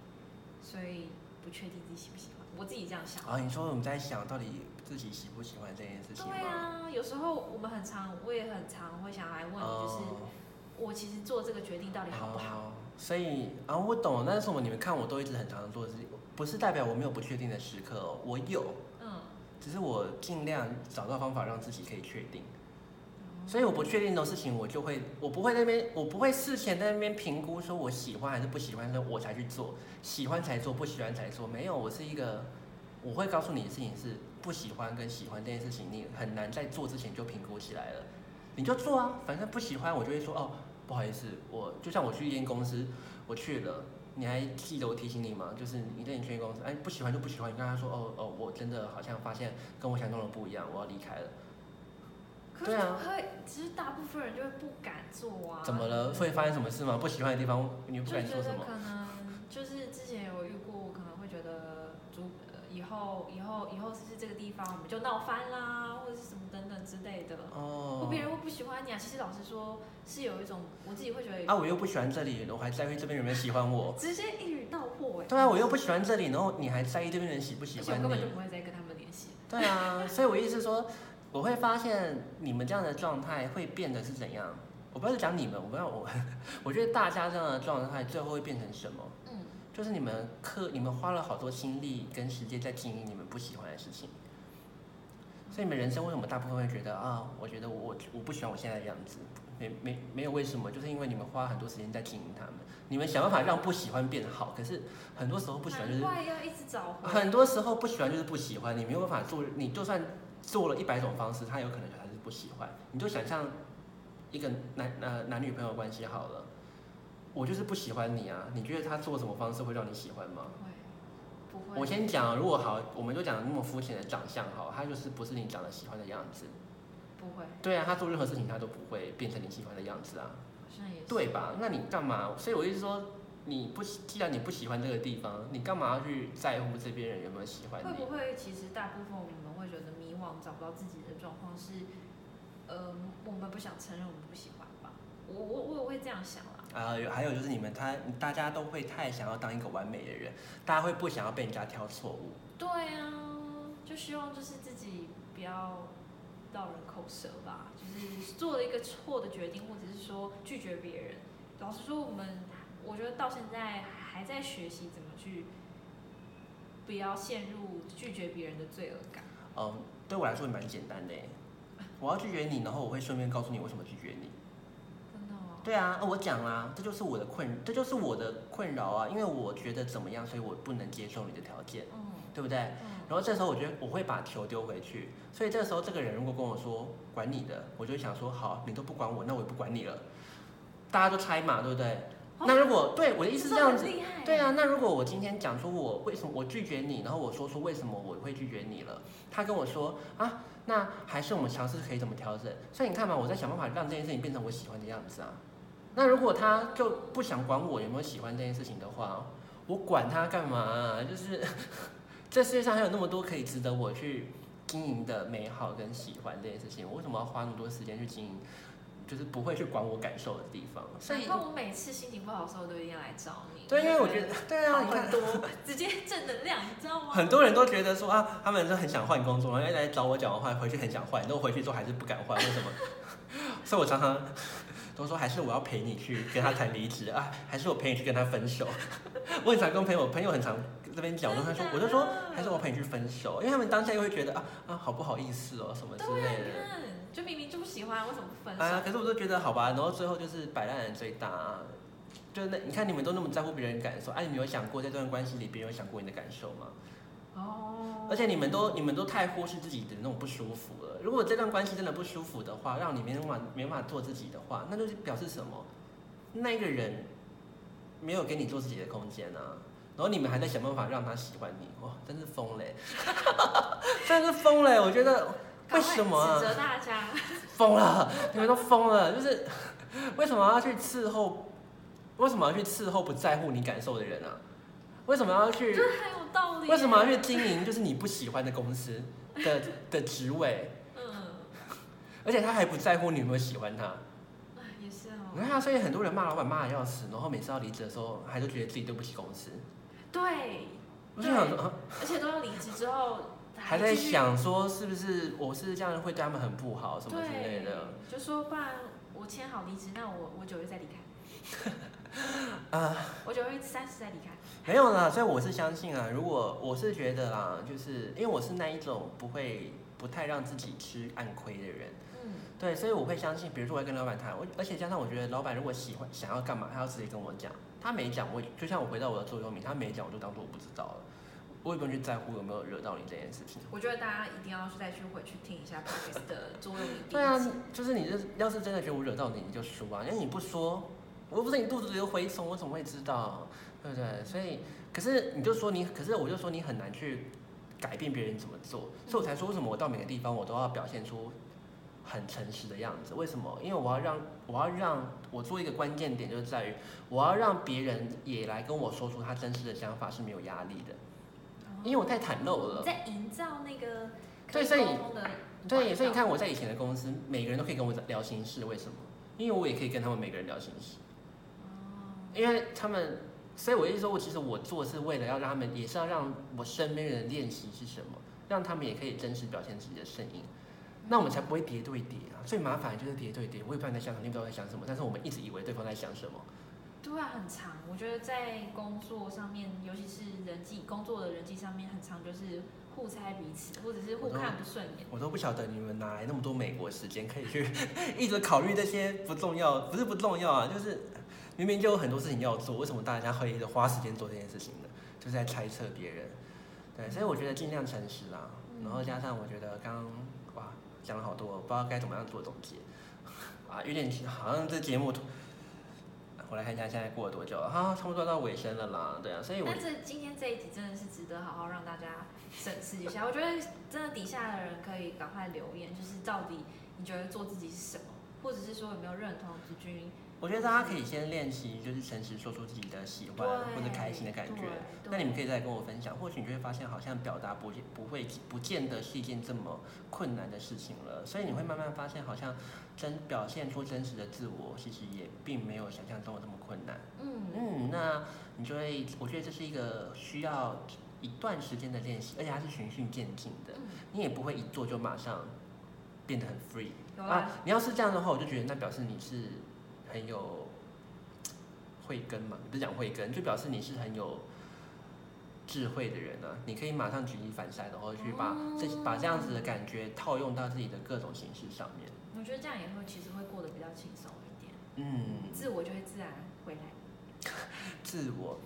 Speaker 2: 所以不确定自己喜不喜欢，我自己这样想。
Speaker 1: 啊，你说我们在想到底自己喜不喜欢这件事情吗？
Speaker 2: 对啊，有时候我们很常，我也很常会想来问你，就是
Speaker 1: 哦
Speaker 2: 我其实做这个决定到底好不好？
Speaker 1: 哦所以啊，我懂，但是我你们看我都一直很常做的事情，不是代表我没有不确定的时刻哦，我有，
Speaker 2: 嗯，
Speaker 1: 只是我尽量找到方法让自己可以确定。所以我不确定的事情，我就会，我不会那边，我不会事前在那边评估说我喜欢还是不喜欢，所以我才去做，喜欢才做，不喜欢才做。没有，我是一个，我会告诉你的事情是不喜欢跟喜欢这件事情，你很难在做之前就评估起来了，你就做啊，反正不喜欢我就会说哦，不好意思，我就像我去一间公司，我去了。你还记得我提醒你吗？就是你在你去一间公司，哎，不喜欢就不喜欢。你跟他说，哦哦，我真的好像发现跟我想象中的不一样，我要离开了。
Speaker 2: 可
Speaker 1: 对
Speaker 2: 是
Speaker 1: 啊
Speaker 2: 可以，其实大部分人就会不敢做啊。
Speaker 1: 怎么了？
Speaker 2: 就是
Speaker 1: 会发生什么事吗？不喜欢的地方，你不
Speaker 2: 就
Speaker 1: 敢
Speaker 2: 觉
Speaker 1: 说什
Speaker 2: 得
Speaker 1: 么？
Speaker 2: 可能就是之前有遇过，可能会觉得主呃以后以后以后是不是这个地方我们就闹翻啦，或者是什么等等之类的，或
Speaker 1: 哦，
Speaker 2: 别人会不喜欢你啊。其实老实说，是有一种我自己会觉得
Speaker 1: 啊，我又不喜欢这里，我还在意这边有没有喜欢 我？
Speaker 2: 直接一语道破哎、
Speaker 1: 对啊，我又不喜欢这里，然后你还在意这边的人喜不喜
Speaker 2: 而且我
Speaker 1: 欢
Speaker 2: 根本就
Speaker 1: 你？
Speaker 2: 不会再跟他们联系。
Speaker 1: 对啊，所以我意思是说，我会发现你们这样的状态会变得是怎样？我不要讲你们，我不要我， 我觉得大家这样的状态最后会变成什么？
Speaker 2: 嗯，
Speaker 1: 就是你们刻，你们花了好多心力跟时间在经营你们不喜欢的事情，所以你们人生为什么大部分会觉得啊，我觉得我我我不喜欢我现在的样子，没没没有为什么，就是因为你们花很多时间在经营他们，你们想办法让不喜欢变好，可是很多时候不喜欢就
Speaker 2: 难
Speaker 1: 是，
Speaker 2: 怪要一直找回。
Speaker 1: 很多时候不喜欢就是不喜欢，你没有办法做，你就算做了一百种方式，他有可能还是不喜欢，你就想象一个男呃男女朋友关系好了。我就是不喜欢你啊！你觉得他做什么方式会让你喜欢吗？
Speaker 2: 不会，不会。
Speaker 1: 我先讲，如果好，我们就讲那么肤浅的长相好，他就是不是你长得喜欢的样子。
Speaker 2: 不会，
Speaker 1: 对啊，他做任何事情他都不会变成你喜欢的样子啊，
Speaker 2: 好像也是。
Speaker 1: 对吧？那你干嘛？所以我一直说，你不喜既然你不喜欢这个地方，你干嘛要去在乎这边人有没有喜欢
Speaker 2: 会
Speaker 1: 你？
Speaker 2: 不会其实大部分我们会觉得迷惘、找不到自己的状况是，呃，我们不想承认我们不喜欢吧？我我我也会这样想啦。
Speaker 1: 啊，有还有就是你们他大家都会太想要当一个完美的人，大家会不想要被人家挑错误。
Speaker 2: 对啊，就希望就是自己不要落人口舌吧，就是做了一个错的决定，或者是说拒绝别人。老实说，我们我觉得到现在还在学习怎么去不要陷入拒绝别人的罪恶感。
Speaker 1: 嗯，对我来说也蛮简单的耶。我要拒绝你，然后我会顺便告诉你为什么拒绝你。
Speaker 2: 真的哦，
Speaker 1: 对啊，我讲啦、这就是我的困，这就是我的困扰啊，因为我觉得怎么样，所以我不能接受你的条件。
Speaker 2: 嗯，
Speaker 1: 对不对？
Speaker 2: 嗯，
Speaker 1: 然后这时候我觉得我会把球丢回去，所以这时候这个人如果跟我说管你的，我就会想说好，你都不管我，那我也不管你了。大家都猜嘛，对不对？
Speaker 2: 哦
Speaker 1: 那如果对我的意思是这样子
Speaker 2: 很，厉害，欸
Speaker 1: 对，啊，那如果我今天讲出我为什么我拒绝你，然后我说出为什么我会拒绝你了，他跟我说啊，那还是我们尝试可以怎么调整。所以你看嘛，我在想办法让这件事情变成我喜欢的样子啊。那如果他就不想管我有没有喜欢这件事情的话，我管他干嘛啊、就是 这世界上还有那么多可以值得我去经营的美好跟喜欢这件事情，我为什么要花那么多时间去经营？就是不会去管我感受的地方，所以
Speaker 2: 然后我每次心情不好的时候都一定来找你，
Speaker 1: 对，因为我
Speaker 2: 就
Speaker 1: 觉得对啊，
Speaker 2: 好
Speaker 1: 你看
Speaker 2: 很多， 直接正能量，你知道吗？
Speaker 1: 很多人都觉得说啊，他们就很想换工作，然后来找我讲完话，回去很想换，但我回去之后还是不敢换，为什么？ 所以我常常都说，还是我要陪你去跟他谈离职啊，还是我陪你去跟他分手。我很常跟朋友，朋友很常这边讲，我跟他说，我就说，还是我陪你去分手，因为他们当下又会觉得啊啊，好不好意思哦，什么之
Speaker 2: 对啊，
Speaker 1: 类
Speaker 2: 你
Speaker 1: 的。
Speaker 2: 看，就明明就不喜欢，为什么不分手？
Speaker 1: 啊，可是我都觉得好吧，然后最后就是摆烂人最大、啊。就那你看你们都那么在乎别人感受，啊，你们有想过在这段关系里别人有想过你的感受吗？
Speaker 2: 哦，
Speaker 1: 而且你们都你们都太忽视自己的那种不舒服了。如果这段关系真的不舒服的话，让你没办法没办法做自己的话，那就是表示什么？那个人没有给你做自己的空间啊。然后你们还在想办法让他喜欢你，哇，真是疯嘞！ 真是疯嘞！我觉得为
Speaker 2: 赶快
Speaker 1: 什么啊
Speaker 2: 指责大 家，
Speaker 1: 疯了，你们都疯了，就是 为什么要去伺候？为什么要去伺候不在乎你感受的人啊？为什么要去？
Speaker 2: 这很有道理耶。
Speaker 1: 为什么啊要去经营就是你不喜欢的公司的的职位？
Speaker 2: 嗯，
Speaker 1: 而且他还不在乎你有没有喜欢他。
Speaker 2: 哎也是
Speaker 1: 你
Speaker 2: 哦。
Speaker 1: 看他，所以很多人骂老板骂的要死，然后每次要离职的时候，还都觉得自己对不起公司。
Speaker 2: 对，
Speaker 1: 我就想说，啊
Speaker 2: 而且都要离职 之后
Speaker 1: 还在
Speaker 2: 继续
Speaker 1: 想说是不是我是这样会对他们很不好什么之类的。
Speaker 2: 对，就说不然我签好离职，那我我九月再离开。
Speaker 1: 啊
Speaker 2: 我九月三十再离开。
Speaker 1: 没有啦，所以我是相信啊，如果我是觉得啦，就是因为我是那一种不会不太让自己吃暗亏的人。
Speaker 2: 嗯，
Speaker 1: 对，所以我会相信，比如说我会跟老板谈，我而且加上我觉得老板如果喜欢想要干嘛，他要直接跟我讲，他没讲，我就像我回到我的座右铭，他没讲，我就当做我不知道了，我也不用去在乎有没有惹到你这件事情。
Speaker 2: 我觉得大家一定要再去回去听一下 p o d c a s 的座右铭第一集。
Speaker 1: 对啊，就是你这要是真的觉得我惹到你，你就说啊，因为你不说，我又不是你肚子里的蛔虫，我怎么会知道？对不对？所以，可是你就说你，可是我就说你很难去改变别人怎么做，所以我才说为什么我到每个地方我都要表现出很诚实的样子？为什么？因为我要让我要让我做一个关键点，就是在于我要让别人也来跟我说出他真实的想法是没有压力的，因为我太袒露了
Speaker 2: 你。哦在营造那个可
Speaker 1: 对所以
Speaker 2: 沟通的，
Speaker 1: 对，所以你看我在以前的公司，每个人都可以跟我聊心事，为什么？因为我也可以跟他们每个人聊心事，
Speaker 2: 哦，
Speaker 1: 因为他们，所以我一直说，我其实我做是为了要让他们，也是要让我身边人练习是什么，让他们也可以真实表现自己的声音，那我们才不会叠对叠啊。最麻烦的就是叠对叠，我也不知道你在想什么，你也不知道我在想什么，但是我们一直以为对方在想什么。
Speaker 2: 对啊，很长。我觉得在工作上面，尤其是人际工作的人际上面，很长就是互猜彼此，或者是互看不顺眼。
Speaker 1: 我都不晓得你们哪来那么多美国时间可以去 一直考虑这些不重要，不是不重要啊，就是明明就有很多事情要做，为什么大家会一直花时间做这件事情呢？就是在猜测别人。对，所以我觉得尽量诚实啦，然后加上我觉得刚刚哇讲了好多，不知道该怎么样做总结 啊，有点好像这节目。我来看一下现在过了多久了啊，差不多到尾声了啦，对啊，所以我
Speaker 2: 但是今天这一集真的是值得好好让大家审视一下。我觉得真的底下的人可以赶快留言，就是到底你觉得做自己是什么，或者是说有没有认同子君
Speaker 1: 我觉得大家可以先练习，就是诚实说出自己的喜欢
Speaker 2: 对
Speaker 1: 或者开心的感觉。
Speaker 2: 对
Speaker 1: 那你们可
Speaker 2: 以
Speaker 1: 以再跟我分享，或许你就会发现，好像表达不不会不见得是一件这么困难的事情了。所以你会慢慢发现，好像真表现出真实的自我，其实也并没有想象中的这么困难。
Speaker 2: 嗯
Speaker 1: 嗯，那你就会，我觉得这是一个需要一段时间的练习，而且它是循序渐进的，
Speaker 2: 嗯
Speaker 1: 你也不会一做就马上变得很 free。
Speaker 2: 有啦
Speaker 1: 啊，，你要是这样的话，我就觉得那表示你是很有慧根嘛，不是讲慧根，就表示你是很有智慧的人啊。你可以马上举一反三，然后去把这、把这样子的感觉套用到自己的各种形式上面。
Speaker 2: 我觉得这样也会其实会过得比较轻松一点，
Speaker 1: 嗯，
Speaker 2: 自我就会自然回来。
Speaker 1: 自我，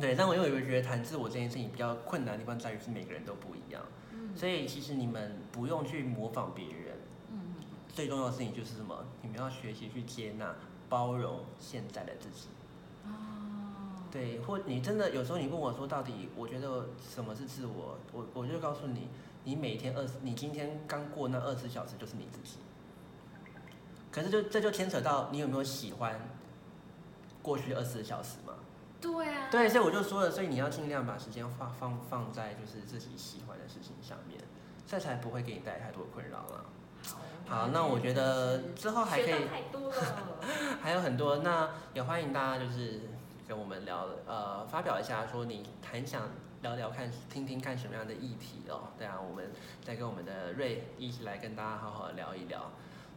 Speaker 1: 对，但我又有觉得谈自我这件事情比较困难的地方在于是每个人都不一样，
Speaker 2: 嗯
Speaker 1: 所以其实你们不用去模仿别人，
Speaker 2: 嗯
Speaker 1: 最重要的事情就是什么？你们要学习去接纳、包容现在的自己。
Speaker 2: 嗯啊，
Speaker 1: 对，或你真的有时候你问我说，到底我觉得什么是自我？我我就告诉你，你每天二十，你今天刚过那二十小时就是你自己。可是就这就牵扯到你有没有喜欢过去二十小时嘛？
Speaker 2: 对啊，
Speaker 1: 对，所以我就说了，所以你要尽量把时间放放放在就是自己喜欢的事情上面，这才不会给你带来太多困扰了。好，那我觉得之后还可以
Speaker 2: 学到太 多了。
Speaker 1: 还有很多，那也欢迎大家就是跟我们聊，呃，发表一下说你很想聊聊看，听听看什么样的议题哦。对啊，我们再跟我们的瑞一起来跟大家好好地聊一聊。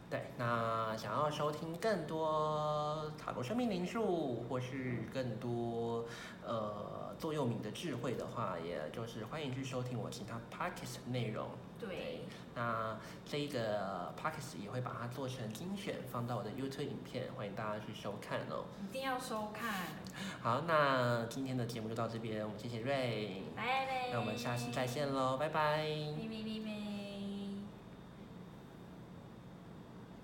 Speaker 1: 对，那想要收听更多塔罗生命灵数，或是更多呃座右铭的智慧的话，也就是欢迎去收听我其他 p o d c a s t 内容。
Speaker 2: 对，
Speaker 1: 那这一个 p o c k e t 也会把它做成精选，放到我的 YouTube 影片，欢迎大家去收看哦。
Speaker 2: 一定要收看，
Speaker 1: 好，那今天的节目就到这边，我们谢谢瑞，
Speaker 2: 拜拜。
Speaker 1: 那我们下期再。见喽，拜拜
Speaker 2: 咪咪咪咪。